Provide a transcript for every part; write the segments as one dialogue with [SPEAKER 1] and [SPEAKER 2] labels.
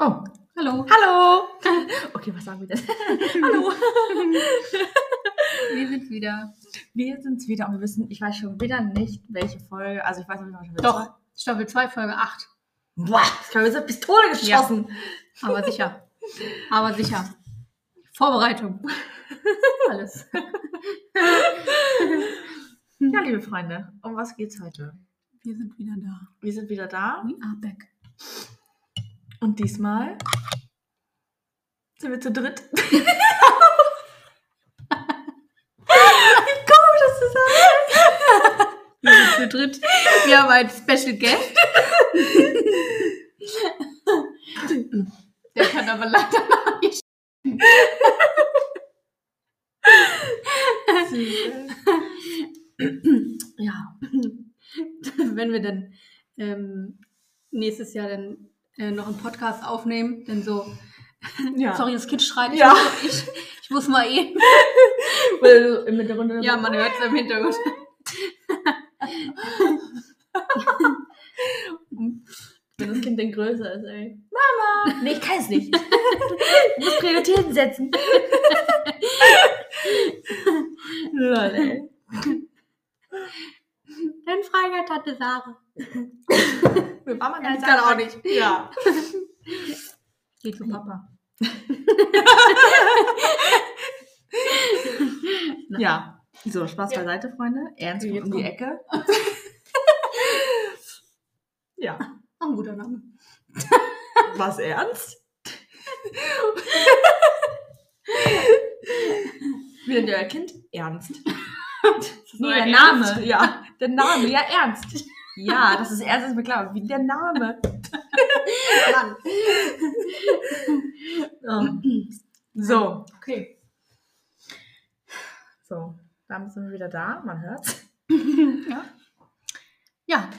[SPEAKER 1] Oh,
[SPEAKER 2] Hallo.
[SPEAKER 1] hallo! Okay, was sagen wir denn? hallo!
[SPEAKER 2] Wir sind wieder.
[SPEAKER 1] Wir sind's wieder und wir wissen, ich weiß schon wieder nicht, welche Folge. Also, ich weiß nicht, schon wieder
[SPEAKER 2] Doch, Staffel 2, Folge 8.
[SPEAKER 1] Boah, ich habe jetzt eine Pistole geschossen.
[SPEAKER 2] Aber sicher. Aber sicher. Vorbereitung. Alles.
[SPEAKER 1] Ja, liebe Freunde, um was geht's heute?
[SPEAKER 2] Wir sind wieder da.
[SPEAKER 1] Wir sind wieder da
[SPEAKER 2] We are back.
[SPEAKER 1] und diesmal sind wir zu dritt. ich komme das zusammen.
[SPEAKER 2] Wir sind zu dritt. Wir haben einen Special Guest. Der kann aber leider noch nicht. Ja. Wenn wir dann ähm, nächstes Jahr dann äh, noch einen Podcast aufnehmen, dann so.
[SPEAKER 1] Ja.
[SPEAKER 2] Sorry, das Kind schreit. Ich,
[SPEAKER 1] Ja.
[SPEAKER 2] muss, ich, ich muss mal eh- eben.
[SPEAKER 1] Weil du im Hintergrund
[SPEAKER 2] Ja, man hört es im Hintergrund.
[SPEAKER 1] wenn das Kind denn größer ist, ey. Mama! Nee, ich kann es nicht. ich muss Prioritäten setzen. Lol, ey.
[SPEAKER 2] Dann Frage Tante Sarah.
[SPEAKER 1] Wir waren mal
[SPEAKER 2] Ich kann auch
[SPEAKER 1] nicht. Ja.
[SPEAKER 2] Geh zu Papa.
[SPEAKER 1] Ja. So, Spaß
[SPEAKER 2] Ja.
[SPEAKER 1] beiseite, Freunde. Ernst
[SPEAKER 2] Okay,
[SPEAKER 1] kommt
[SPEAKER 2] jetzt kommt-
[SPEAKER 1] um die Ecke. ja.
[SPEAKER 2] Auch ein guter Name.
[SPEAKER 1] Was ernst? Wie nennt ihr euer Kind? Ernst.
[SPEAKER 2] ist
[SPEAKER 1] Nee,
[SPEAKER 2] euer
[SPEAKER 1] der
[SPEAKER 2] Ernst?
[SPEAKER 1] Name. Ja, der Name. Ja, Ernst. Ja, das ist Ernst, ist mir klar. Wie der Name.
[SPEAKER 2] Mann.
[SPEAKER 1] Oh. So.
[SPEAKER 2] Okay.
[SPEAKER 1] So, dann sind wir wieder da. Man hört's.
[SPEAKER 2] Ja. ja.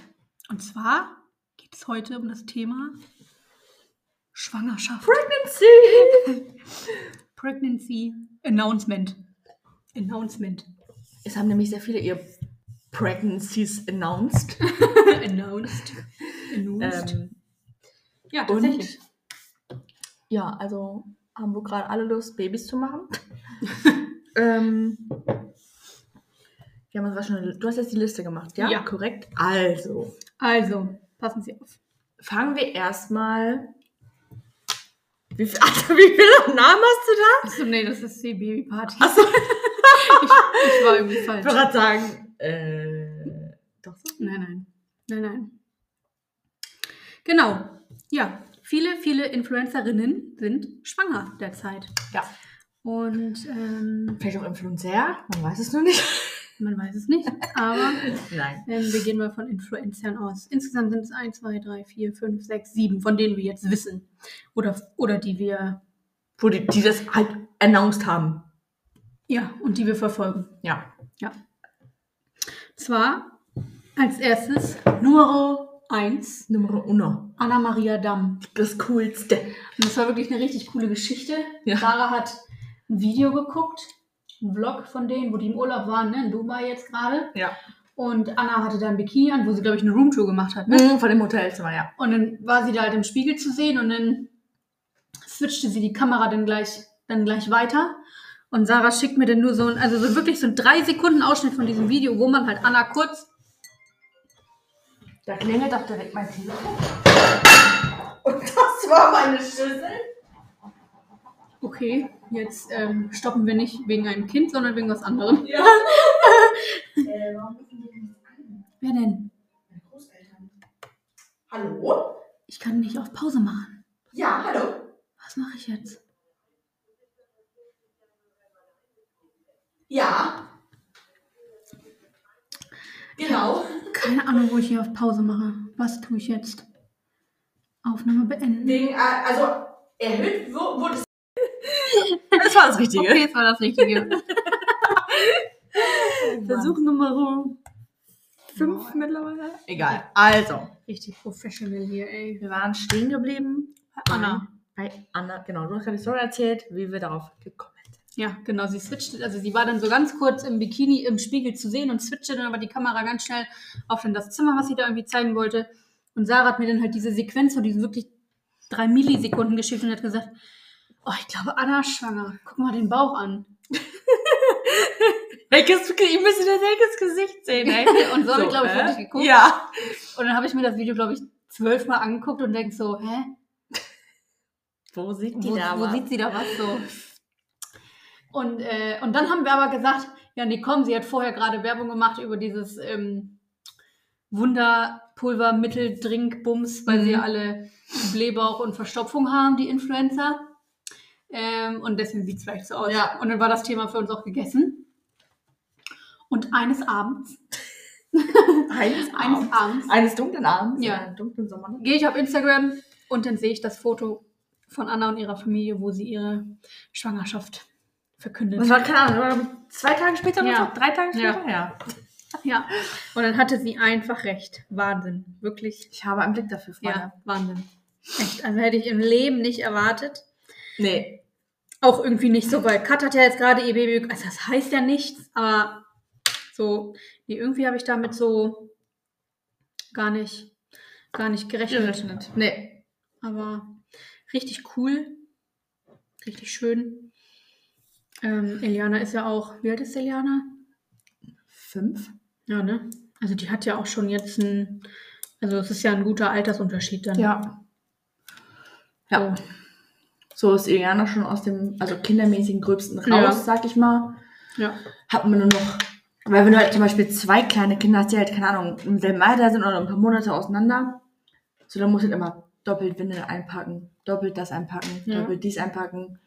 [SPEAKER 2] Und zwar geht es heute um das Thema Schwangerschaft. Pregnancy Announcement. Announcement.
[SPEAKER 1] Es haben nämlich sehr viele ihr Pregnancies announced.
[SPEAKER 2] Announced. Announced.
[SPEAKER 1] Ähm,
[SPEAKER 2] ja,
[SPEAKER 1] und-
[SPEAKER 2] tatsächlich.
[SPEAKER 1] ja, also haben wir gerade alle Lust, Babys zu machen. ähm, wir haben uns wahrscheinlich, du hast jetzt die Liste gemacht, ja?
[SPEAKER 2] Ja.
[SPEAKER 1] korrekt. Also,
[SPEAKER 2] Also, passen Sie auf.
[SPEAKER 1] fangen wir erstmal. Wie, viel, Alter, wie viele Namen hast du da?
[SPEAKER 2] Achso, nee, das ist die Babyparty.
[SPEAKER 1] Achso,
[SPEAKER 2] Ich, ich war irgendwie
[SPEAKER 1] ich
[SPEAKER 2] falsch.
[SPEAKER 1] wollte gerade sagen. Äh, doch so.
[SPEAKER 2] Nein, nein. Nein, nein. Genau. Ja, viele, viele Influencerinnen sind schwanger derzeit.
[SPEAKER 1] Ja.
[SPEAKER 2] Und ähm,
[SPEAKER 1] Vielleicht auch Influencer, man weiß es nur nicht.
[SPEAKER 2] man weiß es nicht, aber
[SPEAKER 1] Nein.
[SPEAKER 2] ähm, wir gehen mal von Influencern aus. Insgesamt sind es 1, 2, 3, 4, 5, 6, 7, von denen wir jetzt wissen. Oder, oder die wir,
[SPEAKER 1] Wo die, die das halt announced haben.
[SPEAKER 2] ja, und die wir verfolgen.
[SPEAKER 1] Ja.
[SPEAKER 2] Zwar als erstes Numero 1,
[SPEAKER 1] Nummer uno.
[SPEAKER 2] Anna-Maria Damm.
[SPEAKER 1] Das coolste.
[SPEAKER 2] Und das war wirklich eine richtig coole Geschichte.
[SPEAKER 1] Ja.
[SPEAKER 2] Sarah hat ein Video geguckt, einen Vlog von denen, wo die im Urlaub waren, ne? in Dubai jetzt gerade.
[SPEAKER 1] Ja.
[SPEAKER 2] Und Anna hatte da ein Bikini an, wo sie, glaube ich, eine Roomtour gemacht hat. Ne?
[SPEAKER 1] Mhm, von dem Hotelzimmer, ja.
[SPEAKER 2] Und dann war sie da halt im Spiegel zu sehen und dann switchte sie die Kamera dann gleich, dann gleich weiter. Und Sarah schickt mir dann nur so ein, also so wirklich so ein drei Sekunden Ausschnitt von diesem Video, wo man halt Anna kurz
[SPEAKER 1] Da klingelt doch direkt mein Telefon. Und das war meine Schüssel.
[SPEAKER 2] Okay, jetzt ähm, stoppen wir nicht wegen einem Kind, sondern wegen was anderem.
[SPEAKER 1] Ja.
[SPEAKER 3] Äh, warum rufen die denn nicht an?
[SPEAKER 2] Wer denn?
[SPEAKER 3] Meine Großeltern. Hallo?
[SPEAKER 2] Ich kann nicht auf Pause machen.
[SPEAKER 3] Ja, hallo.
[SPEAKER 2] Was mache ich jetzt?
[SPEAKER 3] Ja. Genau.
[SPEAKER 2] Keine Ahnung, wo ich hier auf Pause mache. Was tue ich jetzt? Aufnahme beenden.
[SPEAKER 3] Wegen, äh, also erhöht wo- wurde es.
[SPEAKER 1] Das war das Richtige.
[SPEAKER 2] Okay, das war das Richtige.
[SPEAKER 1] Versuch
[SPEAKER 2] Nummer
[SPEAKER 1] Fünf mittlerweile. Egal. Also,
[SPEAKER 2] Richtig professional hier, ey.
[SPEAKER 1] wir waren stehen geblieben.
[SPEAKER 2] Anna.
[SPEAKER 1] Bei Anna, genau. Du hast gerade die Story erzählt, wie wir darauf gekommen sind.
[SPEAKER 2] Ja, genau, sie switchte, also sie war dann so ganz kurz im Bikini im Spiegel zu sehen und switchte dann aber die Kamera ganz schnell auf dann das Zimmer, was sie da irgendwie zeigen wollte. Und Sarah hat mir dann halt diese Sequenz von diesem wirklich drei Millisekunden geschickt und hat gesagt, oh, ich glaube, Anna ist schwanger. Guck mal den Bauch an.
[SPEAKER 1] Helkes, ihr müsst das Helkes Gesicht sehen, ey.
[SPEAKER 2] Und so habe ich, glaube ich,
[SPEAKER 1] äh?
[SPEAKER 2] wirklich geguckt.
[SPEAKER 1] Ja.
[SPEAKER 2] Und dann habe ich mir das Video, glaube ich, zwölfmal angeguckt und denke so, hä?
[SPEAKER 1] Wo sieht die
[SPEAKER 2] Wo,
[SPEAKER 1] da
[SPEAKER 2] wo
[SPEAKER 1] was?
[SPEAKER 2] sieht sie da was so? Und, äh, und dann haben wir aber gesagt, ja, nee, komm, sie hat vorher gerade Werbung gemacht über dieses ähm, Wunderpulvermittel Drinkbums, weil sie
[SPEAKER 1] Mhm.
[SPEAKER 2] ja alle Blähbauch und Verstopfung haben, die Influencer. Ähm, und deswegen sieht es vielleicht so aus.
[SPEAKER 1] Ja.
[SPEAKER 2] Und dann war das Thema für uns auch gegessen. Und eines Abends,
[SPEAKER 1] Eines,
[SPEAKER 2] eines
[SPEAKER 1] Abends.
[SPEAKER 2] Abends,
[SPEAKER 1] Eines dunklen Abends.
[SPEAKER 2] Ja.
[SPEAKER 1] Einen dunklen Sommer.
[SPEAKER 2] gehe ich auf Instagram und dann sehe ich das Foto von Anna und ihrer Familie, wo sie ihre Schwangerschaft verkündet.
[SPEAKER 1] Das war, keine Ahnung, das war, glaub ich, zwei Tage später oder
[SPEAKER 2] Ja.
[SPEAKER 1] so? Drei Tage
[SPEAKER 2] Ja.
[SPEAKER 1] später? ja.
[SPEAKER 2] Ja. Und dann hatte sie einfach recht. Wahnsinn. Wirklich.
[SPEAKER 1] Ich habe einen Blick dafür, Freunde.
[SPEAKER 2] Ja, Wahnsinn. Echt. Also hätte ich im Leben nicht erwartet.
[SPEAKER 1] Nee.
[SPEAKER 2] Auch irgendwie nicht so, weil Kat hat ja jetzt gerade ihr Baby. Also das heißt ja nichts, aber so, nee, irgendwie habe ich damit so gar nicht, gar nicht gerechnet.
[SPEAKER 1] Nee.
[SPEAKER 2] Aber richtig cool. Richtig schön. Ähm, Eliana ist ja auch, wie alt ist Eliana?
[SPEAKER 1] Fünf?
[SPEAKER 2] Ja, ne? Also die hat ja auch schon jetzt ein, also es ist ja ein guter Altersunterschied dann.
[SPEAKER 1] Ja. Ja.
[SPEAKER 2] So.
[SPEAKER 1] So ist Iliana schon aus dem, also kindermäßigen Gröbsten raus,
[SPEAKER 2] Ja.
[SPEAKER 1] sag ich mal.
[SPEAKER 2] Ja.
[SPEAKER 1] Hat man nur noch. Weil wenn du halt zum Beispiel zwei kleine Kinder hast, die halt, keine Ahnung, im selben Alter sind oder ein paar Monate auseinander, so dann musst du halt immer doppelt Windeln einpacken, doppelt das einpacken,
[SPEAKER 2] Ja.
[SPEAKER 1] doppelt dies einpacken.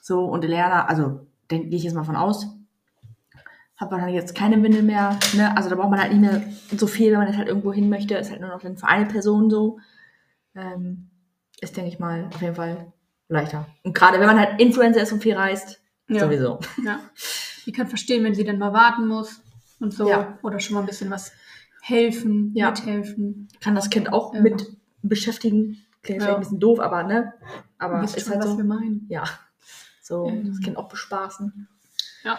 [SPEAKER 1] So, und Eliana, also denke ich jetzt mal von aus, hat man halt jetzt keine Windel mehr. Ne? Also da braucht man halt nicht mehr so viel, wenn man jetzt halt irgendwo hin möchte. Ist halt nur noch dann für eine Person so. Ähm, ist, denke ich mal, auf jeden Fall leichter. Und gerade wenn man halt Influencer ist und viel reist,
[SPEAKER 2] Ja.
[SPEAKER 1] sowieso.
[SPEAKER 2] ja. Die kann verstehen, wenn sie dann mal warten muss und so.
[SPEAKER 1] Ja.
[SPEAKER 2] Oder schon mal ein bisschen was helfen,
[SPEAKER 1] Ja.
[SPEAKER 2] mithelfen.
[SPEAKER 1] kann das Kind auch
[SPEAKER 2] Ja.
[SPEAKER 1] mit beschäftigen. Klingt
[SPEAKER 2] Ja.
[SPEAKER 1] vielleicht ein bisschen doof, aber ne? Aber
[SPEAKER 2] Ihr
[SPEAKER 1] ist
[SPEAKER 2] wisst schon,
[SPEAKER 1] halt
[SPEAKER 2] was
[SPEAKER 1] so.
[SPEAKER 2] wir meinen.
[SPEAKER 1] Ja. So,
[SPEAKER 2] Ähm.
[SPEAKER 1] das Kind auch bespaßen.
[SPEAKER 2] Ja.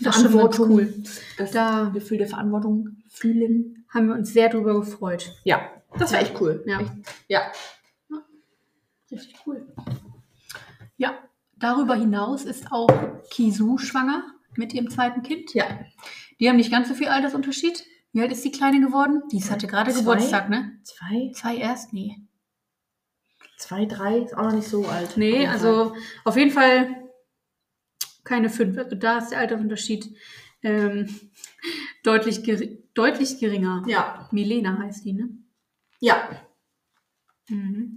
[SPEAKER 2] Das ist schon ganz
[SPEAKER 1] Verantwortung.
[SPEAKER 2] cool.
[SPEAKER 1] Das
[SPEAKER 2] Da
[SPEAKER 1] Gefühl der Verantwortung fühlen.
[SPEAKER 2] haben wir uns sehr drüber gefreut.
[SPEAKER 1] Ja, das war echt cool.
[SPEAKER 2] Ja.
[SPEAKER 1] Echt, ja.
[SPEAKER 2] Richtig cool. Ja, darüber hinaus ist auch Kisu schwanger mit ihrem zweiten Kind.
[SPEAKER 1] ja.
[SPEAKER 2] Die haben nicht ganz so viel Altersunterschied. Wie alt ist die Kleine geworden? Die hatte gerade
[SPEAKER 1] Zwei.
[SPEAKER 2] Geburtstag, ne?
[SPEAKER 1] Zwei,
[SPEAKER 2] Zwei erst? Nee.
[SPEAKER 1] zwei, drei, ist auch noch nicht so alt. Auf
[SPEAKER 2] Nee,
[SPEAKER 1] jeden Fall.
[SPEAKER 2] also auf jeden Fall keine fünf. Also da ist der Altersunterschied ähm, deutlich, geri deutlich geringer.
[SPEAKER 1] Ja,
[SPEAKER 2] Milena heißt die, ne?
[SPEAKER 1] ja.
[SPEAKER 2] Mhm.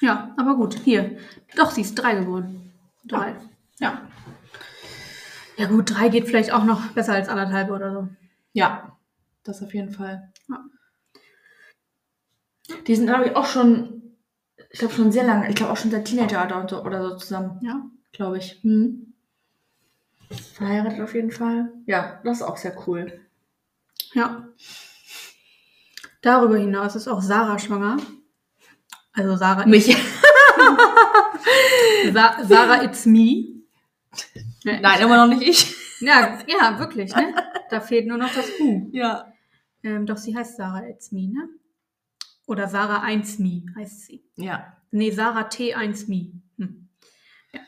[SPEAKER 2] Ja, aber gut, hier. Doch, sie ist drei geworden. Drei. Ja. Ja gut, drei geht vielleicht auch noch besser als anderthalb oder so.
[SPEAKER 1] Ja. Das auf jeden Fall.
[SPEAKER 2] Ja.
[SPEAKER 1] Die sind, glaube ich, auch schon, ich glaube schon sehr lange, ich glaube auch schon seit Teenageralter und so, oder so zusammen.
[SPEAKER 2] Ja.
[SPEAKER 1] glaube ich. Hm. Verheiratet auf jeden Fall. Ja, das ist auch sehr cool.
[SPEAKER 2] Ja. Darüber hinaus ist auch Sarah schwanger. Also Sarah.
[SPEAKER 1] Mich.
[SPEAKER 2] Sa Sarah, it's me. Ne,
[SPEAKER 1] immer noch nicht ich.
[SPEAKER 2] Ja, ja, wirklich, ne? Da fehlt nur noch das U.
[SPEAKER 1] Ja.
[SPEAKER 2] Ähm, doch sie heißt Sarah, it's me, ne? Oder Sarah 1 me heißt sie.
[SPEAKER 1] Ja.
[SPEAKER 2] Nee, Sarah T1 me. Hm. Ja.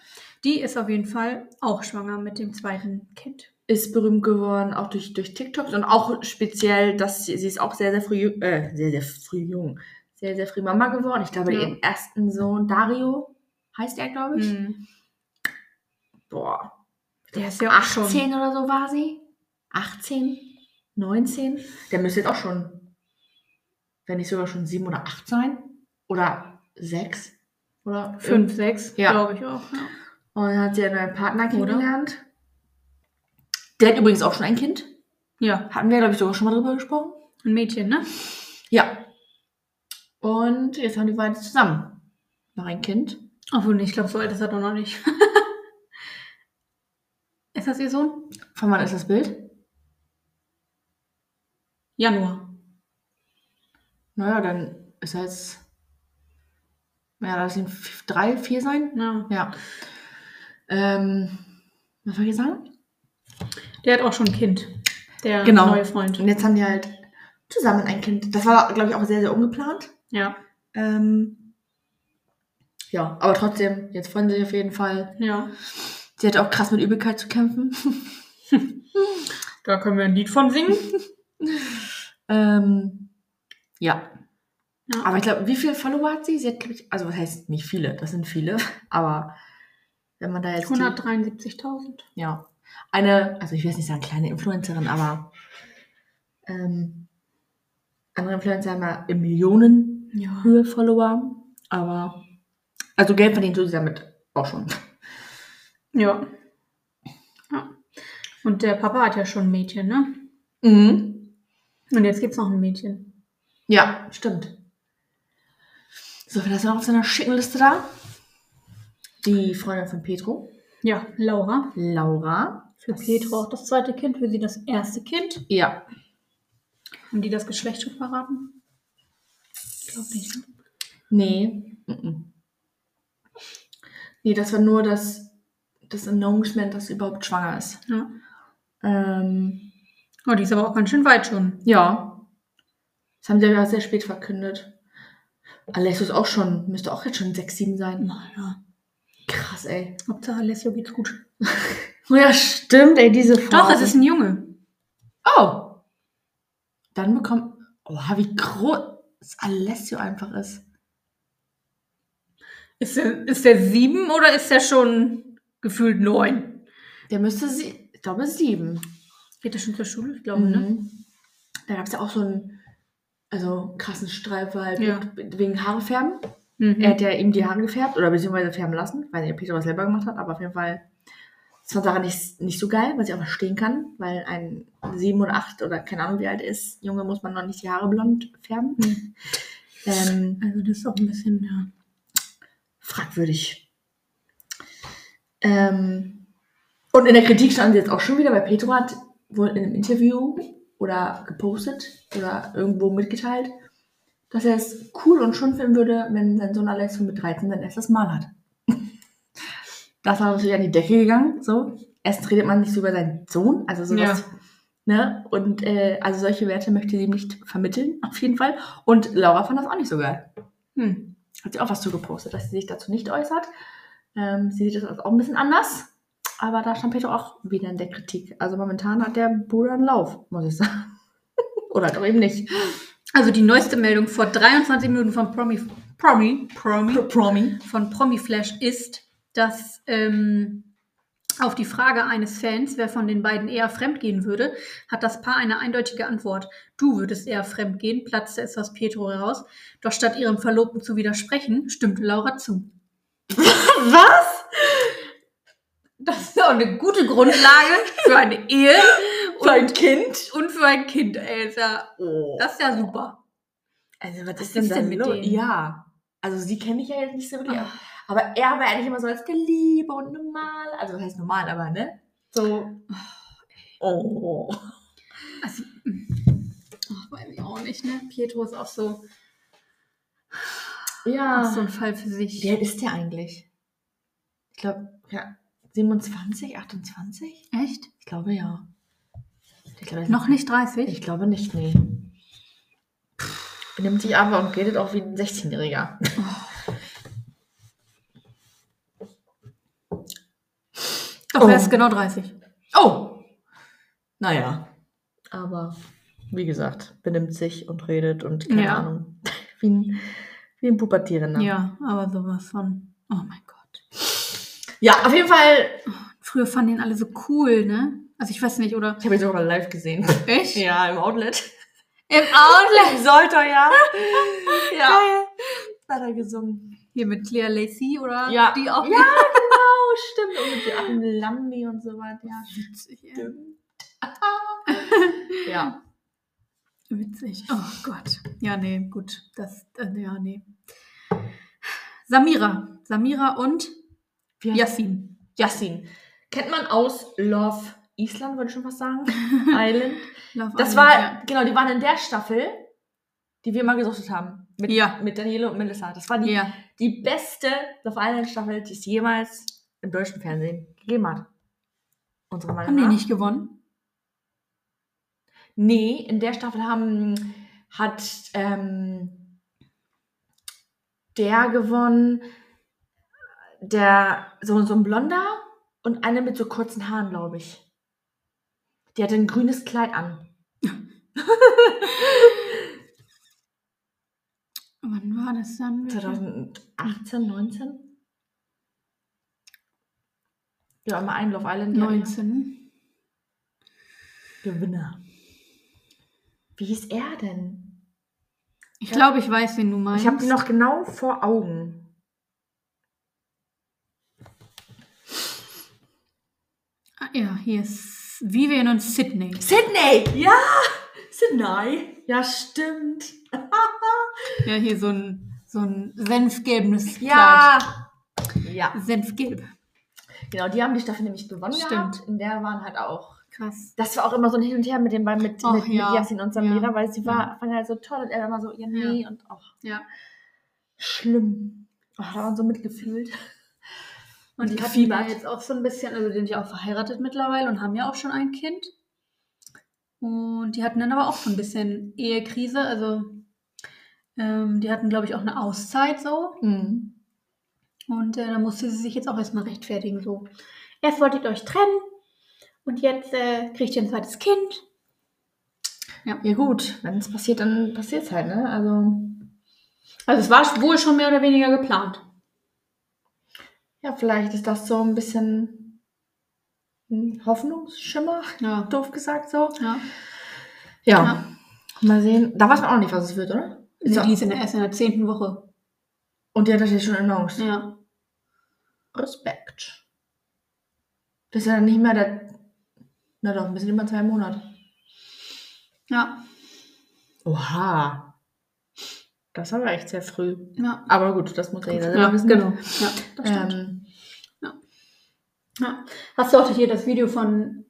[SPEAKER 2] Die ist auf jeden Fall auch schwanger mit dem zweiten Kind.
[SPEAKER 1] Ist berühmt geworden, auch durch, durch TikToks und auch speziell, dass sie, sie ist auch sehr, sehr früh, ju- äh, sehr, sehr früh jung, sehr, sehr früh Mama geworden. Ich glaube,
[SPEAKER 2] Ja.
[SPEAKER 1] ihren ersten Sohn, Dario, heißt er, glaube ich.
[SPEAKER 2] Hm.
[SPEAKER 1] Boah.
[SPEAKER 2] Der ist ja auch
[SPEAKER 1] 18
[SPEAKER 2] schon.
[SPEAKER 1] oder so war sie? 18? 19? Der müsste jetzt auch schon, wenn nicht sogar schon 7 oder 8 sein. Oder 6. Oder
[SPEAKER 2] Fünf, sechs,
[SPEAKER 1] Ja.
[SPEAKER 2] glaube ich auch. Ja.
[SPEAKER 1] Und dann hat sie einen neuen Partner
[SPEAKER 2] Oder?
[SPEAKER 1] kennengelernt. Der hat übrigens auch schon ein Kind.
[SPEAKER 2] ja,
[SPEAKER 1] Hatten wir, glaube ich, sogar schon mal drüber gesprochen.
[SPEAKER 2] ein Mädchen, ne?
[SPEAKER 1] Ja. Und jetzt haben die beiden zusammen noch ein Kind.
[SPEAKER 2] Obwohl, nee, ich glaube, so alt ist er doch noch nicht. ist das ihr Sohn?
[SPEAKER 1] Von wann ist das Bild?
[SPEAKER 2] Januar.
[SPEAKER 1] Naja, dann ist er jetzt. Ja, lass ihn f- drei, vier sein.
[SPEAKER 2] Ja.
[SPEAKER 1] Ja. Ähm, was wollte ich sagen?
[SPEAKER 2] Der hat auch schon ein Kind. Der
[SPEAKER 1] Genau.
[SPEAKER 2] neue Freund.
[SPEAKER 1] Und jetzt haben die halt zusammen ein Kind. Das war, glaube ich, auch sehr, sehr ungeplant.
[SPEAKER 2] Ja,
[SPEAKER 1] Ähm, ja, aber trotzdem, jetzt freuen sie sich auf jeden Fall.
[SPEAKER 2] ja.
[SPEAKER 1] Sie hatte auch krass mit Übelkeit zu kämpfen.
[SPEAKER 2] Da können wir ein Lied von singen.
[SPEAKER 1] Ähm, ja.
[SPEAKER 2] Ja.
[SPEAKER 1] Aber ich glaube, wie viele Follower hat sie? Sie hat, glaube ich, also was heißt nicht viele, das sind viele, aber wenn man da jetzt. die-
[SPEAKER 2] 173.000.
[SPEAKER 1] ja. Eine, also ich will jetzt nicht sagen kleine Influencerin, aber ähm, andere Influencer haben ja in
[SPEAKER 2] Ja.
[SPEAKER 1] Millionenhöhe Follower, aber also Geld verdienen tut sie damit auch schon.
[SPEAKER 2] Ja. ja. Und der Papa hat ja schon ein Mädchen, ne?
[SPEAKER 1] Mhm.
[SPEAKER 2] Und jetzt gibt's noch ein Mädchen.
[SPEAKER 1] Ja, stimmt. So, wer ist noch auf seiner schicken Liste da? Die Freundin von Petro,
[SPEAKER 2] Ja, Laura.
[SPEAKER 1] Laura.
[SPEAKER 2] Für
[SPEAKER 1] Das-
[SPEAKER 2] Petro auch das zweite Kind, für sie das erste Kind.
[SPEAKER 1] Ja,
[SPEAKER 2] Haben die das Geschlecht schon verraten? Ich glaube nicht. ne?
[SPEAKER 1] Nee. mhm. Nee, das war nur das, das Announcement, dass sie überhaupt schwanger ist.
[SPEAKER 2] Ja.
[SPEAKER 1] Ähm,
[SPEAKER 2] Oh, die ist aber auch ganz schön weit schon.
[SPEAKER 1] ja. Das haben sie ja sehr spät verkündet. Alessio ist auch schon, müsste auch jetzt schon 6, 7 sein.
[SPEAKER 2] Naja.
[SPEAKER 1] Krass, ey.
[SPEAKER 2] Hauptsache Alessio geht's gut.
[SPEAKER 1] Oh ja, stimmt, ey, diese Frau.
[SPEAKER 2] Doch, es ist ein Junge.
[SPEAKER 1] Oh! Dann bekommt. Oha, wie groß Alessio einfach ist.
[SPEAKER 2] Ist der, ist der sieben oder ist der schon gefühlt neun?
[SPEAKER 1] Der müsste sie. Ich glaube, sieben.
[SPEAKER 2] Geht er schon zur Schule? Ich glaube,
[SPEAKER 1] Mhm.
[SPEAKER 2] ne?
[SPEAKER 1] Da gab es ja auch so einen, also einen krassen Streit, weil
[SPEAKER 2] Ja.
[SPEAKER 1] wegen Haare färben.
[SPEAKER 2] Mhm.
[SPEAKER 1] Er hat ja ihm die Haare gefärbt oder beziehungsweise färben lassen. Ich weiß nicht, ob Peter was selber gemacht hat, aber auf jeden Fall ist von Sache nicht, nicht so geil, was ich auch verstehen kann, weil ein sieben oder acht oder keine Ahnung wie alt er ist, Junge, muss man noch nicht die Haare blond färben.
[SPEAKER 2] Mhm.
[SPEAKER 1] Ähm,
[SPEAKER 2] Also das ist auch ein bisschen, ja.
[SPEAKER 1] fragwürdig. Ähm, und in der Kritik standen sie jetzt auch schon wieder, weil Petro hat wohl in einem Interview oder gepostet oder irgendwo mitgeteilt, dass er es cool und schön finden würde, wenn sein Sohn Alessio mit 13 sein erstes Mal hat. das war natürlich an die Decke gegangen. So. Erst redet man nicht so über seinen Sohn, also sowas. Ne? Und äh, also solche Werte möchte sie ihm nicht vermitteln, auf jeden Fall. Und Laura fand das auch nicht so geil
[SPEAKER 2] Hm.
[SPEAKER 1] hat sie auch was zu gepostet, dass sie sich dazu nicht äußert. Ähm, sie sieht das als auch ein bisschen anders, aber da stand Peter auch wieder in der Kritik. Also momentan hat der Bruder einen Lauf, muss ich sagen. Oder doch eben nicht.
[SPEAKER 2] Also die neueste Meldung vor 23 Minuten von Promi, Promi, Promi,
[SPEAKER 1] Promi.
[SPEAKER 2] von Promi Flash ist, dass ähm, auf die Frage eines Fans, wer von den beiden eher fremd gehen würde, hat das Paar eine eindeutige Antwort. Du würdest eher fremd gehen, platzte es aus Pietro heraus. Doch statt ihrem Verlobten zu widersprechen, stimmte Laura zu.
[SPEAKER 1] Was?
[SPEAKER 2] Das ist auch eine gute Grundlage für eine Ehe
[SPEAKER 1] Für ein
[SPEAKER 2] und,
[SPEAKER 1] Kind?
[SPEAKER 2] und für ein Kind. Ey, ist ja,
[SPEAKER 1] Oh.
[SPEAKER 2] das ist ja super.
[SPEAKER 1] Also was,
[SPEAKER 2] Was
[SPEAKER 1] ist denn,
[SPEAKER 2] ist
[SPEAKER 1] da Ah.
[SPEAKER 2] denn mit
[SPEAKER 1] los?
[SPEAKER 2] denen?
[SPEAKER 1] Ja. Also sie kenne ich ja jetzt nicht so wirklich. Aber er war eigentlich immer so als Geliebe und normal. Also was heißt normal, aber ne? So. Oh.
[SPEAKER 2] Also, ach, weiß ich auch nicht, ne? Pietro ist auch so,
[SPEAKER 1] Ja.
[SPEAKER 2] auch so ein Fall für sich.
[SPEAKER 1] Wie alt ist der eigentlich? Ich glaube, ja, 27, 28?
[SPEAKER 2] Echt?
[SPEAKER 1] Ich glaube ja. Ich glaube, er ist-
[SPEAKER 2] Noch nicht 30?
[SPEAKER 1] Ich glaube nicht, nee. Benimmt sich aber und redet auch wie ein 16-Jähriger.
[SPEAKER 2] Doch,
[SPEAKER 1] Oh.
[SPEAKER 2] er ist genau 30.
[SPEAKER 1] Oh! Naja. Aber wie gesagt, benimmt sich und redet und keine
[SPEAKER 2] Ja.
[SPEAKER 1] Ahnung. Wie ein, wie ein Pubertierender.
[SPEAKER 2] Ja, aber sowas von. Oh mein Gott.
[SPEAKER 1] ja, auf jeden Fall.
[SPEAKER 2] Früher fanden ihn alle so cool, ne? Also ich weiß nicht, oder?
[SPEAKER 1] Ich habe ihn sogar mal live gesehen.
[SPEAKER 2] Echt?
[SPEAKER 1] Ja, im Outlet.
[SPEAKER 2] Im Outlet.
[SPEAKER 1] Sollte ja. ja.
[SPEAKER 2] Geil.
[SPEAKER 1] Hat er gesungen.
[SPEAKER 2] Hier mit Claire Lacey oder
[SPEAKER 1] Ja.
[SPEAKER 2] die auch.
[SPEAKER 1] Ja, genau, stimmt. Und mit Joachim Lambi und so weiter. Ja,
[SPEAKER 2] Witzig. ey.
[SPEAKER 1] stimmt. ja.
[SPEAKER 2] Witzig. Oh Gott. Ja, nee, gut. Das, äh, ja, nee. Samira. Samira und
[SPEAKER 1] Wie heißt-
[SPEAKER 2] Yassin.
[SPEAKER 1] Yassin. Kennt man aus Love Island, würde ich schon fast sagen. Island.
[SPEAKER 2] Love
[SPEAKER 1] Das
[SPEAKER 2] Island,
[SPEAKER 1] war, genau, die waren in der Staffel, die wir immer gesuchtet haben. Mit,
[SPEAKER 2] Ja.
[SPEAKER 1] mit Daniele und Melissa. Das war die,
[SPEAKER 2] Ja.
[SPEAKER 1] die beste Love Island Staffel, die es jemals im deutschen Fernsehen gegeben hat. Unsere Meinung
[SPEAKER 2] Haben die
[SPEAKER 1] nach.
[SPEAKER 2] nicht gewonnen?
[SPEAKER 1] Nee, in der Staffel haben, hat ähm, der gewonnen, der so, so ein Blonder und eine mit so kurzen Haaren, glaube ich. Die hatte ein grünes Kleid an.
[SPEAKER 2] Wann war das dann?
[SPEAKER 1] 2018, 19? Ja, immer ein Love Island.
[SPEAKER 2] 19.
[SPEAKER 1] Gewinner. Wie hieß er denn?
[SPEAKER 2] Ich glaube, ich weiß, wen du meinst.
[SPEAKER 1] Ich habe ihn noch genau vor Augen.
[SPEAKER 2] Ah, Ja, hier ist Vivian und Sydney.
[SPEAKER 1] Sydney! Ja! Sydney! Ja, stimmt.
[SPEAKER 2] Ja, hier so ein, so ein senfgelbenes
[SPEAKER 1] Ja! Ja,
[SPEAKER 2] Kleid. Senfgelb.
[SPEAKER 1] genau, die haben die Staffel nämlich gewonnen.
[SPEAKER 2] Stimmt.
[SPEAKER 1] Gehabt. In der waren halt auch.
[SPEAKER 2] Krass.
[SPEAKER 1] Das war auch immer so ein Hin und Her mit dem beiden, mit,
[SPEAKER 2] Och,
[SPEAKER 1] mit,
[SPEAKER 2] ja.
[SPEAKER 1] mit Yasin und Samira,
[SPEAKER 2] Ja.
[SPEAKER 1] weil sie war, fand halt so toll und er war immer so, ja, nee, und auch
[SPEAKER 2] Ja.
[SPEAKER 1] schlimm. Oh, da waren so mitgefühlt.
[SPEAKER 2] Und die hatten
[SPEAKER 1] Gefiebert.
[SPEAKER 2] ja jetzt auch so ein bisschen, also die sind ja auch verheiratet mittlerweile und haben ja auch schon ein Kind. Und die hatten dann aber auch so ein bisschen Ehekrise, also ähm, die hatten, glaube ich, auch eine Auszeit so.
[SPEAKER 1] Hm.
[SPEAKER 2] Und äh, da musste sie sich jetzt auch erstmal rechtfertigen. So, erst wolltet ihr euch trennen und jetzt äh, kriegt ihr ein zweites Kind.
[SPEAKER 1] Ja, gut, wenn es passiert, dann passiert es halt, ne? Also.
[SPEAKER 2] Also es war wohl schon mehr oder weniger geplant.
[SPEAKER 1] Ja, vielleicht ist das so ein bisschen ein Hoffnungsschimmer,
[SPEAKER 2] Ja.
[SPEAKER 1] doof gesagt so.
[SPEAKER 2] ja.
[SPEAKER 1] Ja.
[SPEAKER 2] Ja.
[SPEAKER 1] Mal sehen. Da weiß man auch nicht, was es wird, oder?
[SPEAKER 2] Also
[SPEAKER 1] Ja.
[SPEAKER 2] die ist in der, erst in der zehnten Woche.
[SPEAKER 1] Und die hat natürlich schon announced.
[SPEAKER 2] Ja.
[SPEAKER 1] Respekt. Das ist ja dann nicht mehr der. Na doch, ein bisschen über zwei Monate.
[SPEAKER 2] Ja.
[SPEAKER 1] Oha. Das war aber echt sehr früh.
[SPEAKER 2] Ja.
[SPEAKER 1] Aber gut, das muss ja jeder selber
[SPEAKER 2] ja
[SPEAKER 1] wissen.
[SPEAKER 2] genau. Ja, das stimmt.
[SPEAKER 1] Ähm,
[SPEAKER 2] Ja. Hast du auch hier das Video von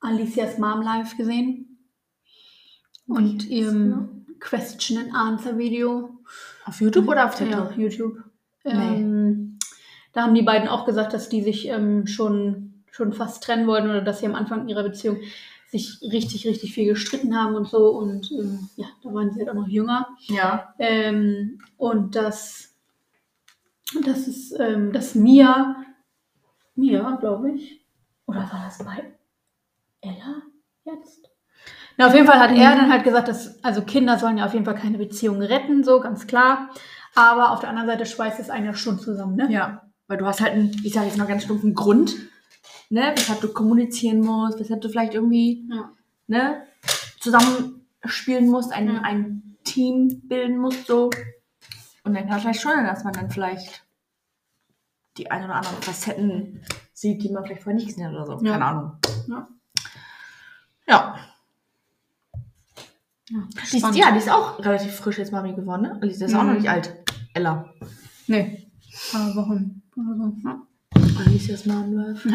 [SPEAKER 2] Alicias Mom Live gesehen? Und ihrem Question and Answer Video
[SPEAKER 1] auf YouTube oder auf
[SPEAKER 2] ja,
[SPEAKER 1] TikTok?
[SPEAKER 2] YouTube. Ähm, da haben die beiden auch gesagt, dass die sich ähm, schon, schon fast trennen wollten oder dass sie am Anfang ihrer Beziehung sich richtig, richtig viel gestritten haben und so. Und ähm, ja, da waren sie halt auch noch jünger.
[SPEAKER 1] Ja.
[SPEAKER 2] Ähm, und dass, dass, es, ähm, dass Mia, Mia, glaube ich, oder war das bei Ella jetzt? Na, auf jeden Fall hat er dann halt gesagt, dass, also Kinder sollen ja auf jeden Fall keine Beziehung retten, so ganz klar. Aber auf der anderen Seite schweißt es einen ja schon zusammen, ne?
[SPEAKER 1] Ja, weil du hast halt einen, ich sage jetzt mal ganz stumpfen Grund, ne, weshalb du kommunizieren musst, weshalb du vielleicht irgendwie,
[SPEAKER 2] Ja.
[SPEAKER 1] ne, zusammenspielen musst, ein,
[SPEAKER 2] Ja.
[SPEAKER 1] ein Team bilden musst, so. Und dann kann es vielleicht schon, dass man dann vielleicht die ein oder anderen Facetten sieht, die man vielleicht vorher nicht gesehen hat oder so.
[SPEAKER 2] Ja.
[SPEAKER 1] Keine Ahnung.
[SPEAKER 2] Ja.
[SPEAKER 1] Ja. Die ist,
[SPEAKER 2] Spannend.
[SPEAKER 1] ja, die ist auch relativ frisch jetzt Mami geworden, ne? Die ist auch
[SPEAKER 2] Mhm.
[SPEAKER 1] noch nicht alt. Ella.
[SPEAKER 2] Nee. Aber Wochen oder so. Ja.
[SPEAKER 1] Alicia's Mom läuft.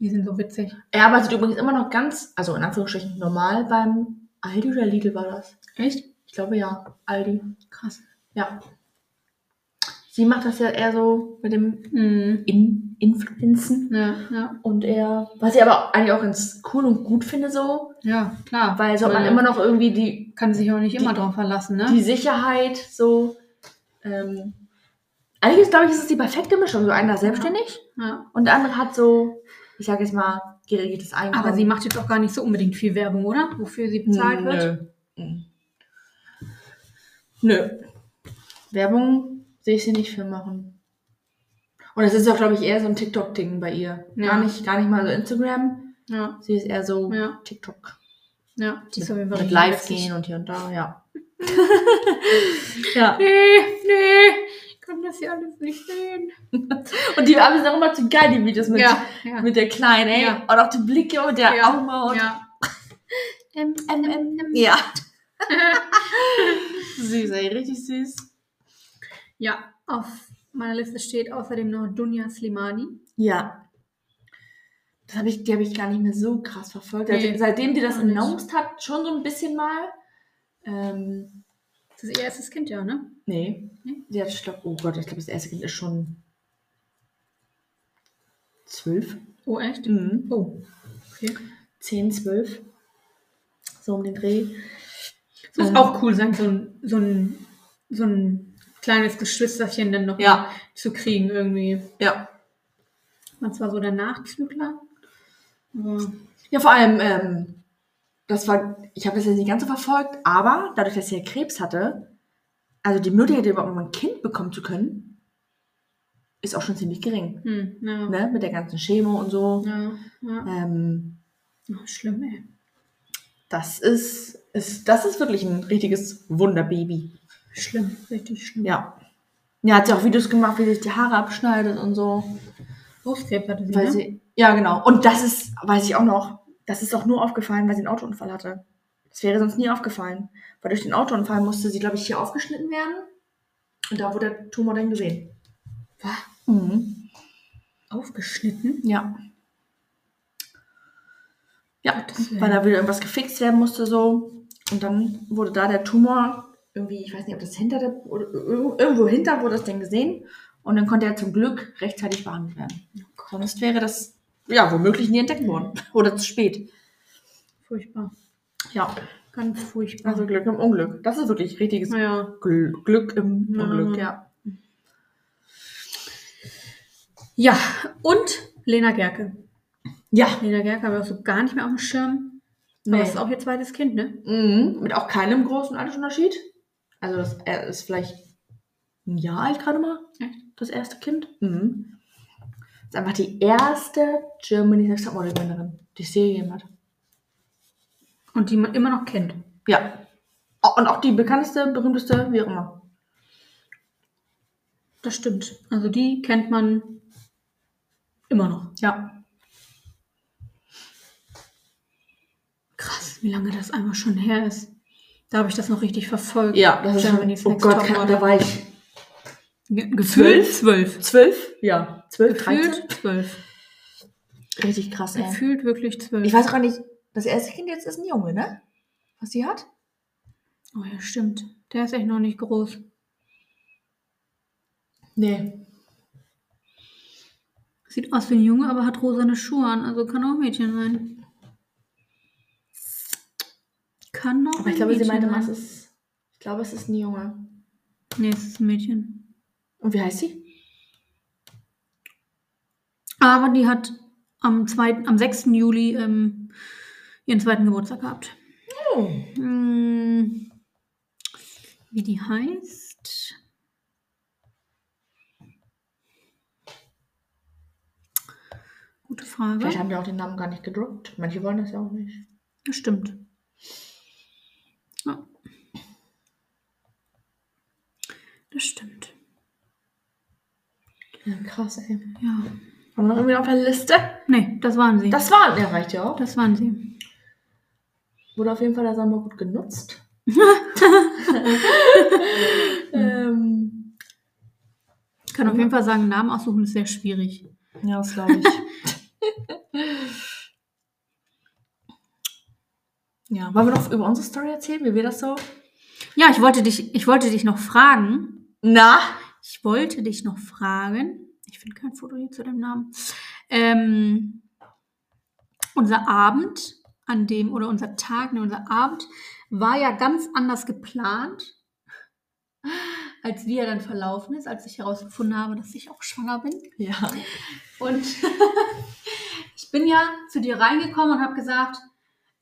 [SPEAKER 2] Die sind so witzig.
[SPEAKER 1] Er arbeitet übrigens immer noch ganz, also in Anführungsstrichen normal beim Aldi oder Lidl war das.
[SPEAKER 2] Echt?
[SPEAKER 1] Ich glaube ja, Aldi.
[SPEAKER 2] Krass.
[SPEAKER 1] Ja. Sie macht das ja eher so mit dem
[SPEAKER 2] Mhm.
[SPEAKER 1] In Influenzen.
[SPEAKER 2] Ja, ja.
[SPEAKER 1] Und er, was ich aber eigentlich auch ganz cool und gut finde so,
[SPEAKER 2] Ja, klar.
[SPEAKER 1] weil so hat man immer noch irgendwie die,
[SPEAKER 2] kann sich auch nicht immer
[SPEAKER 1] Die-
[SPEAKER 2] drauf verlassen, ne?
[SPEAKER 1] die Sicherheit so. Ähm, eigentlich glaube ich, ist es die perfekte Mischung. So einer selbstständig
[SPEAKER 2] ja.
[SPEAKER 1] und der andere hat so, ich sage jetzt mal, geregeltes Einkommen.
[SPEAKER 2] Aber sie macht jetzt auch gar nicht so unbedingt viel Werbung, oder? Wofür sie
[SPEAKER 1] Hm,
[SPEAKER 2] bezahlt wird. Hm.
[SPEAKER 1] Nö. Nö. Werbung sehe ich sie nicht viel machen. Und das ist auch, glaube ich, eher so ein TikTok-Ding bei ihr.
[SPEAKER 2] Ja.
[SPEAKER 1] Gar, nicht, gar nicht mal so Instagram.
[SPEAKER 2] Ja,
[SPEAKER 1] Sie ist eher so
[SPEAKER 2] ja,
[SPEAKER 1] TikTok.
[SPEAKER 2] ja. Die ist auf
[SPEAKER 1] mit,
[SPEAKER 2] jeden Fall
[SPEAKER 1] mit
[SPEAKER 2] richtig
[SPEAKER 1] live
[SPEAKER 2] witzig.
[SPEAKER 1] gehen und hier und da, ja. ja.
[SPEAKER 2] Nee, nee. Ich kann das hier alles nicht sehen.
[SPEAKER 1] Und die Abend sind auch immer zu geil, die Videos mit,
[SPEAKER 2] ja, ja.
[SPEAKER 1] mit der Kleinen, ey.
[SPEAKER 2] Ja.
[SPEAKER 1] Und auch die Blicke und der
[SPEAKER 2] Ja.
[SPEAKER 1] Augen und.
[SPEAKER 2] ja.
[SPEAKER 1] ja. süß, ey, richtig süß.
[SPEAKER 2] ja, auf meiner Liste steht außerdem noch Dunja Slimani.
[SPEAKER 1] Ja. Das hab ich, die habe ich gar nicht mehr so krass verfolgt. Also,
[SPEAKER 2] Nee,
[SPEAKER 1] seitdem die das
[SPEAKER 2] auch nicht.
[SPEAKER 1] announced hat, schon so ein bisschen mal. Ähm,
[SPEAKER 2] Das ist ihr erstes Kind, ja, ne?
[SPEAKER 1] nee.
[SPEAKER 2] Nee?
[SPEAKER 1] Die hat, ich glaube, oh Gott, ich glaube, das erste Kind ist schon zwölf.
[SPEAKER 2] Oh, echt?
[SPEAKER 1] Mhm.
[SPEAKER 2] Oh. Okay.
[SPEAKER 1] Zehn, zwölf. so um den Dreh.
[SPEAKER 2] Das muss
[SPEAKER 1] Ähm.
[SPEAKER 2] auch cool sein, so ein, so ein, so ein kleines Geschwisterchen dann noch
[SPEAKER 1] Ja.
[SPEAKER 2] zu kriegen irgendwie.
[SPEAKER 1] Ja.
[SPEAKER 2] Man zwar so der Nachzügler. aber-
[SPEAKER 1] Ja, vor allem, ähm, das war, ich habe das jetzt nicht ganz so verfolgt, aber dadurch, dass sie ja Krebs hatte, also die Möglichkeit, überhaupt mal ein Kind bekommen zu können, ist auch schon ziemlich gering.
[SPEAKER 2] Hm, ja.
[SPEAKER 1] Ne? Mit der ganzen Chemo und so.
[SPEAKER 2] Ja, ja.
[SPEAKER 1] Ähm,
[SPEAKER 2] Oh, schlimm, ey.
[SPEAKER 1] das ist, ist, das ist wirklich ein richtiges Wunderbaby.
[SPEAKER 2] Schlimm, richtig schlimm.
[SPEAKER 1] Ja. Ja, hat sie auch Videos gemacht, wie sie sich die Haare abschneidet und so.
[SPEAKER 2] Brustkrebs hatte sie,
[SPEAKER 1] Weil
[SPEAKER 2] ne?
[SPEAKER 1] sie, ja, genau. Und das ist, weiß ich auch noch, das ist auch nur aufgefallen, weil sie einen Autounfall hatte. Das wäre sonst nie aufgefallen. Weil durch den Autounfall musste sie, glaube ich, hier aufgeschnitten werden. Und da wurde der Tumor dann gesehen.
[SPEAKER 2] Was?
[SPEAKER 1] Mhm.
[SPEAKER 2] Aufgeschnitten?
[SPEAKER 1] Ja. Ja,
[SPEAKER 2] Gottes Willen.
[SPEAKER 1] weil da wieder irgendwas gefixt werden musste so. Und dann wurde da der Tumor irgendwie, ich weiß nicht, ob das hinter der, oder ir- irgendwo hinter wurde das denn gesehen. Und dann konnte er zum Glück rechtzeitig behandelt werden. Sonst wäre das, ja, womöglich nie entdeckt worden. Oder zu spät.
[SPEAKER 2] Furchtbar.
[SPEAKER 1] Ja,
[SPEAKER 2] Ganz furchtbar.
[SPEAKER 1] also Glück im Unglück. Das ist wirklich richtiges
[SPEAKER 2] naja.
[SPEAKER 1] Gl Glück im
[SPEAKER 2] Ja.
[SPEAKER 1] Unglück, ja.
[SPEAKER 2] Ja, und Lena Gerke.
[SPEAKER 1] Ja,
[SPEAKER 2] Lena Gerke haben wir auch so gar nicht mehr auf dem Schirm. Aber
[SPEAKER 1] nee.
[SPEAKER 2] das ist auch ihr zweites Kind, ne?
[SPEAKER 1] mhm. mit auch keinem großen Altersunterschied. Also das, er ist vielleicht ein Jahr alt gerade mal,
[SPEAKER 2] Echt?
[SPEAKER 1] das erste Kind. Mhm. Ist einfach die erste Germany's Next Topmodel-Gewinnerin, die es je gegeben hat.
[SPEAKER 2] Und die man immer noch kennt.
[SPEAKER 1] Ja. Au- Und auch die bekannteste, berühmteste, wie auch immer.
[SPEAKER 2] Das stimmt. Also die kennt man immer noch.
[SPEAKER 1] Ja.
[SPEAKER 2] Krass, wie lange das einfach schon her ist. Da habe ich das noch richtig verfolgt.
[SPEAKER 1] Ja, das ist
[SPEAKER 2] Germany's
[SPEAKER 1] schon, oh
[SPEAKER 2] Next
[SPEAKER 1] Gott,
[SPEAKER 2] Topmodel.
[SPEAKER 1] da war ich
[SPEAKER 2] Ge gefühlt zwölf.
[SPEAKER 1] zwölf. Ja, zwölf, dreizehn.
[SPEAKER 2] Gefühlt zwölf.
[SPEAKER 1] Richtig krass, ey.
[SPEAKER 2] Gefühlt wirklich zwölf.
[SPEAKER 1] Ich weiß auch gar nicht, das erste Kind jetzt ist ein Junge, ne? Was sie hat?
[SPEAKER 2] Oh ja, stimmt. Der ist echt noch nicht groß.
[SPEAKER 1] Nee.
[SPEAKER 2] Sieht aus wie ein Junge, aber hat rosane Schuhe an. Also kann auch ein Mädchen sein. Kann auch
[SPEAKER 1] Aber
[SPEAKER 2] ein
[SPEAKER 1] ich glaube, sie
[SPEAKER 2] Mädchen
[SPEAKER 1] meinte,
[SPEAKER 2] sein.
[SPEAKER 1] mal, es ist. Ich glaube, es ist ein Junge.
[SPEAKER 2] Nee, es ist ein Mädchen.
[SPEAKER 1] Und wie heißt sie?
[SPEAKER 2] Aber die hat am, 2., am 6. Juli ähm, ihren zweiten Geburtstag gehabt.
[SPEAKER 1] Oh.
[SPEAKER 2] Hm, wie die heißt? Gute Frage.
[SPEAKER 1] Vielleicht haben die auch den Namen gar nicht gedruckt. Manche wollen das ja auch nicht.
[SPEAKER 2] Das stimmt. Ja. Das stimmt.
[SPEAKER 1] Ja, krass, ey.
[SPEAKER 2] Ja.
[SPEAKER 1] Haben wir noch irgendwie auf der Liste?
[SPEAKER 2] Nee, das waren sie.
[SPEAKER 1] Das war, ja, reicht ja auch.
[SPEAKER 2] das waren sie.
[SPEAKER 1] Wurde auf jeden Fall der Sommer gut genutzt. ähm,
[SPEAKER 2] Ich kann auf jeden Fall sagen, Namen aussuchen ist sehr schwierig.
[SPEAKER 1] ja, das glaube ich. ja, wollen wir noch über unsere Story erzählen, wie wir das so?
[SPEAKER 2] Ja, ich wollte dich, ich wollte dich noch fragen.
[SPEAKER 1] Na,
[SPEAKER 2] Ich wollte dich noch fragen. Ich finde kein Foto hier zu dem Namen. Ähm, unser Abend, an dem, oder unser Tag, ne, unser Abend war ja ganz anders geplant, als wie er dann verlaufen ist, als ich herausgefunden habe, dass ich auch schwanger bin.
[SPEAKER 1] Ja.
[SPEAKER 2] Und ich bin ja zu dir reingekommen und habe gesagt,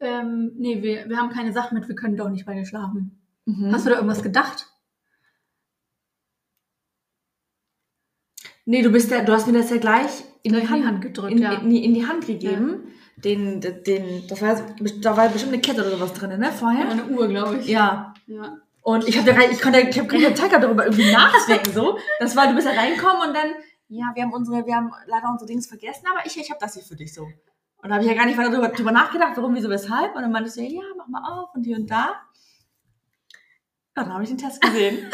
[SPEAKER 2] ähm, nee, wir, wir haben keine Sachen mit, wir können doch nicht bei dir schlafen.
[SPEAKER 1] Mhm.
[SPEAKER 2] Hast du da irgendwas gedacht?
[SPEAKER 1] nee, du bist ja, du hast mir das ja gleich in
[SPEAKER 2] Gleich
[SPEAKER 1] die Hand,
[SPEAKER 2] gedrückt,
[SPEAKER 1] in,
[SPEAKER 2] ja.
[SPEAKER 1] in, die- in die Hand gegeben. Den, den, den, das war, jetzt- da war bestimmt eine Kette oder sowas drin, ne?
[SPEAKER 2] Ja,
[SPEAKER 1] Vorher?
[SPEAKER 2] eine Uhr, glaube ich.
[SPEAKER 1] Ja.
[SPEAKER 2] Ja.
[SPEAKER 1] Und ich habe ich konnte, ich habe keine Zeit gehabt, darüber irgendwie nachzudenken. So, das war, du bist da reinkommen und dann, ja, wir haben unsere, wir haben leider unsere Dings vergessen, aber ich, ich habe das hier für dich so. Und da habe ich ja gar nicht weiter darüber, darüber nachgedacht, warum, wieso, weshalb. Und dann meintest du, ja, ja, mach mal auf und hier und da. Ja, dann habe ich den Test gesehen.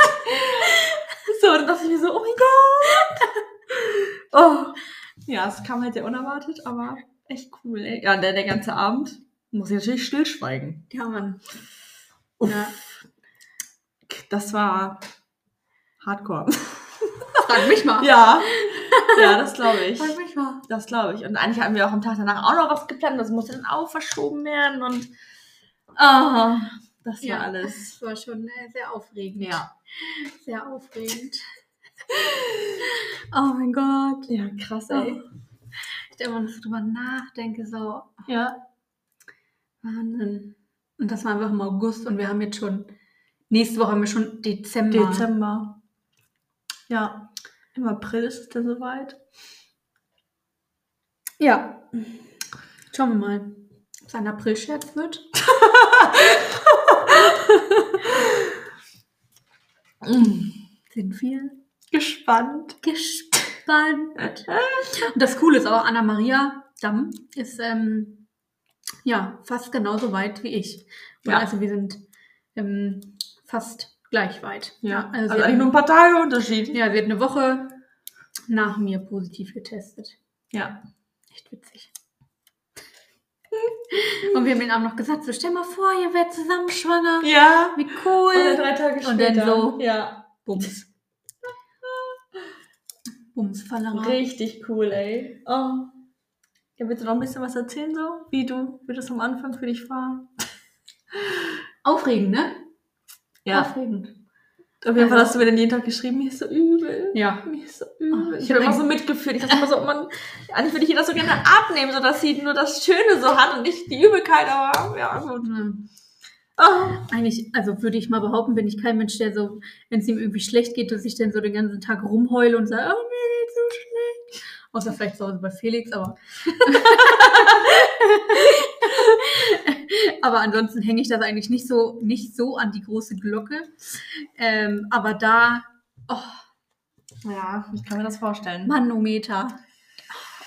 [SPEAKER 1] so, dann dachte ich mir so, oh mein Gott. Oh. Ja, es kam halt sehr unerwartet, aber echt cool. Ey. Ja, und dann der ganze Abend muss ich natürlich stillschweigen.
[SPEAKER 2] Ja, Mann.
[SPEAKER 1] Uff.
[SPEAKER 2] Ja.
[SPEAKER 1] Das war hardcore.
[SPEAKER 2] Frag mich mal.
[SPEAKER 1] Ja, ja, das glaube ich.
[SPEAKER 2] Frag mich mal.
[SPEAKER 1] Das glaube ich. Und eigentlich hatten wir auch am Tag danach auch noch was geplant. Das musste dann auch verschoben werden. Und Ah, das
[SPEAKER 2] Ja.
[SPEAKER 1] war alles.
[SPEAKER 2] Das war schon äh, sehr aufregend.
[SPEAKER 1] Ja.
[SPEAKER 2] Sehr aufregend. oh mein Gott.
[SPEAKER 1] Ja, krass,
[SPEAKER 2] ey. Ich immer noch so drüber nachdenke, so, oh,
[SPEAKER 1] Ja.
[SPEAKER 2] Wahnsinn. Und das war einfach im August und wir haben jetzt schon, nächste Woche haben wir schon Dezember.
[SPEAKER 1] Dezember. Ja. Im April ist es dann soweit.
[SPEAKER 2] Ja. Schauen wir mal, ob es ein April-Scherz wird. Mhm. Sind wir
[SPEAKER 1] Gespannt.
[SPEAKER 2] gespannt. Und das Coole ist auch, Anna-Maria Damm ist ähm, ja fast genauso weit wie ich. Und
[SPEAKER 1] Ja.
[SPEAKER 2] Also wir sind ähm, fast gleich weit.
[SPEAKER 1] Ja.
[SPEAKER 2] also,
[SPEAKER 1] Also,
[SPEAKER 2] sie,
[SPEAKER 1] eigentlich
[SPEAKER 2] hat,
[SPEAKER 1] nur ein paar Tage Unterschied.
[SPEAKER 2] ja sie hat eine Woche nach mir positiv getestet.
[SPEAKER 1] Ja.
[SPEAKER 2] Echt witzig. Und wir haben ihnen auch noch gesagt, so stell mal vor, ihr werdet zusammen schwanger.
[SPEAKER 1] Ja.
[SPEAKER 2] Wie
[SPEAKER 1] Und dann
[SPEAKER 2] cool.
[SPEAKER 1] drei Tage später.
[SPEAKER 2] Und dann so.
[SPEAKER 1] Ja.
[SPEAKER 2] Bums. Bums, Fallerei.
[SPEAKER 1] Richtig cool, ey. Oh. Ja, willst du noch ein bisschen was erzählen, so? Wie du, wie das am Anfang für dich war?
[SPEAKER 2] Aufregend, ne?
[SPEAKER 1] Auf,
[SPEAKER 2] Aufregend.
[SPEAKER 1] auf jeden Fall hast du mir dann jeden Tag geschrieben, mir ist so übel.
[SPEAKER 2] Ja.
[SPEAKER 1] Mir ist so übel.
[SPEAKER 2] Ach,
[SPEAKER 1] Oh, ich habe
[SPEAKER 2] ich-
[SPEAKER 1] immer so mitgefühlt. Ich dachte immer so, man, eigentlich würde ich ihr das so gerne abnehmen, so dass sie nur das Schöne so hat und nicht die Übelkeit, aber ja, gut. Oh.
[SPEAKER 2] Eigentlich, also würde ich mal behaupten, bin ich kein Mensch, der so, wenn es ihm irgendwie schlecht geht, dass ich dann so den ganzen Tag rumheule und sage, oh, mir geht's so schlecht. Außer vielleicht zu Hause bei Felix, aber. aber ansonsten hänge ich das eigentlich nicht so, nicht so an die große Glocke. Ähm, aber da, oh,
[SPEAKER 1] Ja, ich kann mir das vorstellen.
[SPEAKER 2] Manometer.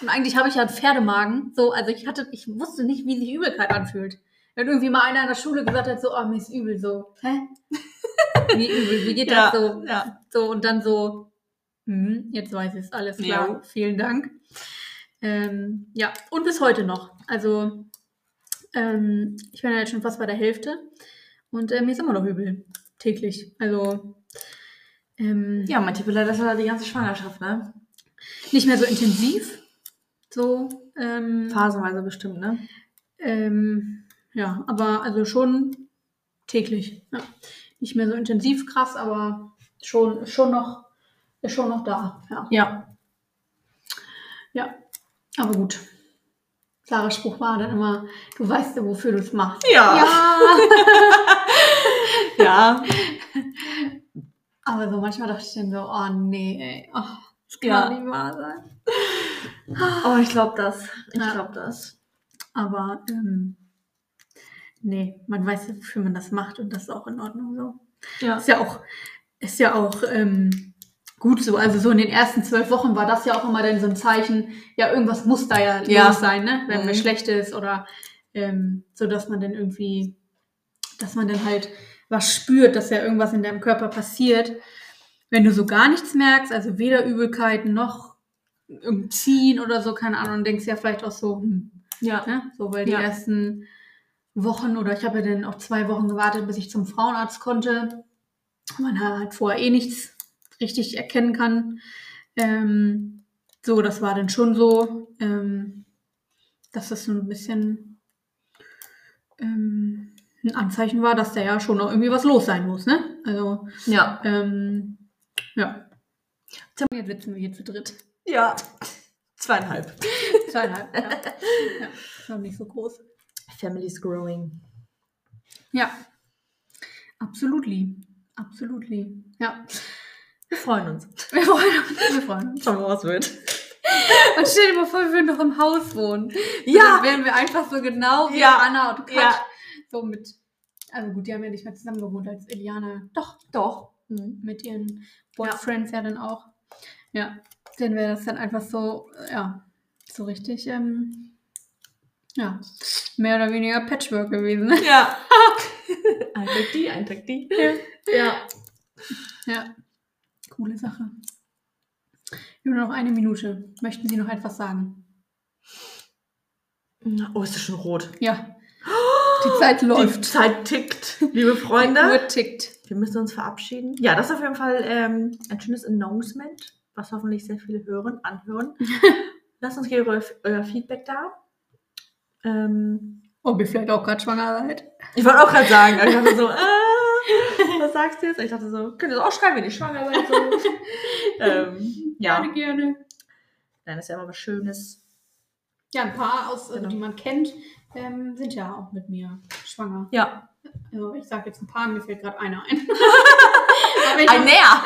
[SPEAKER 2] Und eigentlich habe ich ja einen Pferdemagen. So, also ich hatte, ich wusste nicht, wie sich Übelkeit anfühlt. Wenn irgendwie mal einer in der Schule gesagt hat, so, oh, mir ist übel, so, hä? Wie übel, wie geht
[SPEAKER 1] Ja,
[SPEAKER 2] das so?
[SPEAKER 1] ja.
[SPEAKER 2] So, und dann so, hm, jetzt weiß ich es, alles klar,
[SPEAKER 1] Ja.
[SPEAKER 2] vielen Dank. Ähm, ja, und bis heute noch. Also, ähm, ich bin ja jetzt schon fast bei der Hälfte und äh, mir ist immer noch übel, täglich. Also, ähm,
[SPEAKER 1] Ja, mein Tipp ist leider, das war die ganze Schwangerschaft, ne?
[SPEAKER 2] nicht mehr so intensiv. So,
[SPEAKER 1] Mhm.
[SPEAKER 2] ähm,
[SPEAKER 1] Phasenweise bestimmt, ne?
[SPEAKER 2] ähm, ja, aber also schon täglich. Ja. Nicht mehr so intensiv krass, aber schon, schon noch, ist schon noch da. Ja.
[SPEAKER 1] Ja.
[SPEAKER 2] ja. Aber gut. Klarer Spruch war dann immer, du weißt ja, wofür du es machst.
[SPEAKER 1] Ja.
[SPEAKER 2] Ja.
[SPEAKER 1] Ja.
[SPEAKER 2] aber so manchmal dachte ich dann so, oh nee, ey, oh, das kann
[SPEAKER 1] Ja.
[SPEAKER 2] doch nicht wahr sein.
[SPEAKER 1] Oh, ich glaube das. Ich
[SPEAKER 2] Ja.
[SPEAKER 1] glaube das.
[SPEAKER 2] Aber ähm, nee, man weiß ja, wofür man das macht und das ist auch in Ordnung so.
[SPEAKER 1] Ja.
[SPEAKER 2] Ist ja auch, ist ja auch ähm, gut so. Also so in den ersten zwölf Wochen war das ja auch immer dann so ein Zeichen, ja, irgendwas muss da ja,
[SPEAKER 1] Ja.
[SPEAKER 2] los sein, ne? Wenn
[SPEAKER 1] Mhm.
[SPEAKER 2] mir schlecht ist oder ähm, so, dass man dann irgendwie, dass man dann halt was spürt, dass ja irgendwas in deinem Körper passiert. Wenn du so gar nichts merkst, also weder Übelkeit noch irgendein Ziehen oder so, keine Ahnung, denkst ja vielleicht auch so, hm,
[SPEAKER 1] Ja.
[SPEAKER 2] ne? So, weil die
[SPEAKER 1] Ja.
[SPEAKER 2] ersten Wochen oder ich habe ja dann auch zwei Wochen gewartet, bis ich zum Frauenarzt konnte. Man halt vorher eh nichts richtig erkennen kann. Ähm, so, das war dann schon so, ähm, dass das so ein bisschen ähm, ein Anzeichen war, dass da ja schon noch irgendwie was los sein muss, ne? Also,
[SPEAKER 1] Ja.
[SPEAKER 2] ähm, ja. Jetzt sitzen wir hier zu dritt.
[SPEAKER 1] Ja. Zweieinhalb.
[SPEAKER 2] Zweieinhalb, ja. ja. ist Noch nicht so groß.
[SPEAKER 1] Family's growing.
[SPEAKER 2] Ja. Absolutely. Absolutely. Ja.
[SPEAKER 1] Wir freuen uns.
[SPEAKER 2] Wir freuen uns. Wir freuen uns.
[SPEAKER 1] Schauen wir, was wird.
[SPEAKER 2] Und stell dir mal vor, wir würden doch im Haus wohnen.
[SPEAKER 1] Ja.
[SPEAKER 2] Dann wären wir einfach so genau wie
[SPEAKER 1] Ja.
[SPEAKER 2] Anna und Quatsch.
[SPEAKER 1] Ja.
[SPEAKER 2] So mit. Also gut, die haben ja nicht mehr zusammen gewohnt, als Eliana
[SPEAKER 1] Doch. Doch.
[SPEAKER 2] mit ihren Boyfriends ja, dann auch. Ja. Dann wäre das dann einfach so, ja, so richtig, ähm, ja, mehr oder weniger Patchwork gewesen. ne?
[SPEAKER 1] Ja. ein Tag die, ein Tag die. Ja.
[SPEAKER 2] Ja, coole Sache. Nur noch eine Minute. Möchten Sie noch etwas sagen?
[SPEAKER 1] Oh, ist das schon rot.
[SPEAKER 2] Ja. Die Zeit läuft.
[SPEAKER 1] Die Zeit tickt, liebe
[SPEAKER 2] Die
[SPEAKER 1] Freunde.
[SPEAKER 2] Uhr tickt.
[SPEAKER 1] Wir müssen uns verabschieden. Ja, das ist auf jeden Fall ähm, ein schönes Announcement, was hoffentlich sehr viele hören, anhören. Lasst uns gerne euer, euer Feedback da. Ähm,
[SPEAKER 2] Ob ihr vielleicht auch gerade schwanger seid.
[SPEAKER 1] Ich wollte auch gerade sagen, aber ich dachte so, äh, was sagst du jetzt? Ich dachte so, könnt ihr das auch schreiben, wenn ihr schwanger seid? So. ähm, ja.
[SPEAKER 2] Gerne, gerne.
[SPEAKER 1] Nein, das ist ja immer was Schönes.
[SPEAKER 2] Ja, ein paar, aus, also,
[SPEAKER 1] Genau.
[SPEAKER 2] die man kennt, ähm, sind ja auch mit mir schwanger.
[SPEAKER 1] Ja.
[SPEAKER 2] Also, ich sage jetzt ein paar, mir fällt gerade einer ein.
[SPEAKER 1] Ein Näher.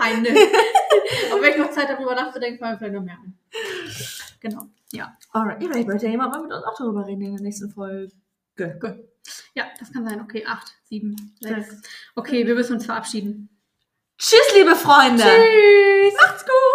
[SPEAKER 2] Eine. Aber wenn ich noch Zeit darüber nachzudenken, fallen mir vielleicht noch mehr ein. Genau.
[SPEAKER 1] Alright, ja, vielleicht wollte ja jemand mal mit uns auch darüber reden in der nächsten Folge.
[SPEAKER 2] Ja, das kann sein. Okay, acht, sieben, sechs. Okay, wir müssen uns verabschieden.
[SPEAKER 1] Tschüss, liebe Freunde.
[SPEAKER 2] Tschüss.
[SPEAKER 1] Macht's gut.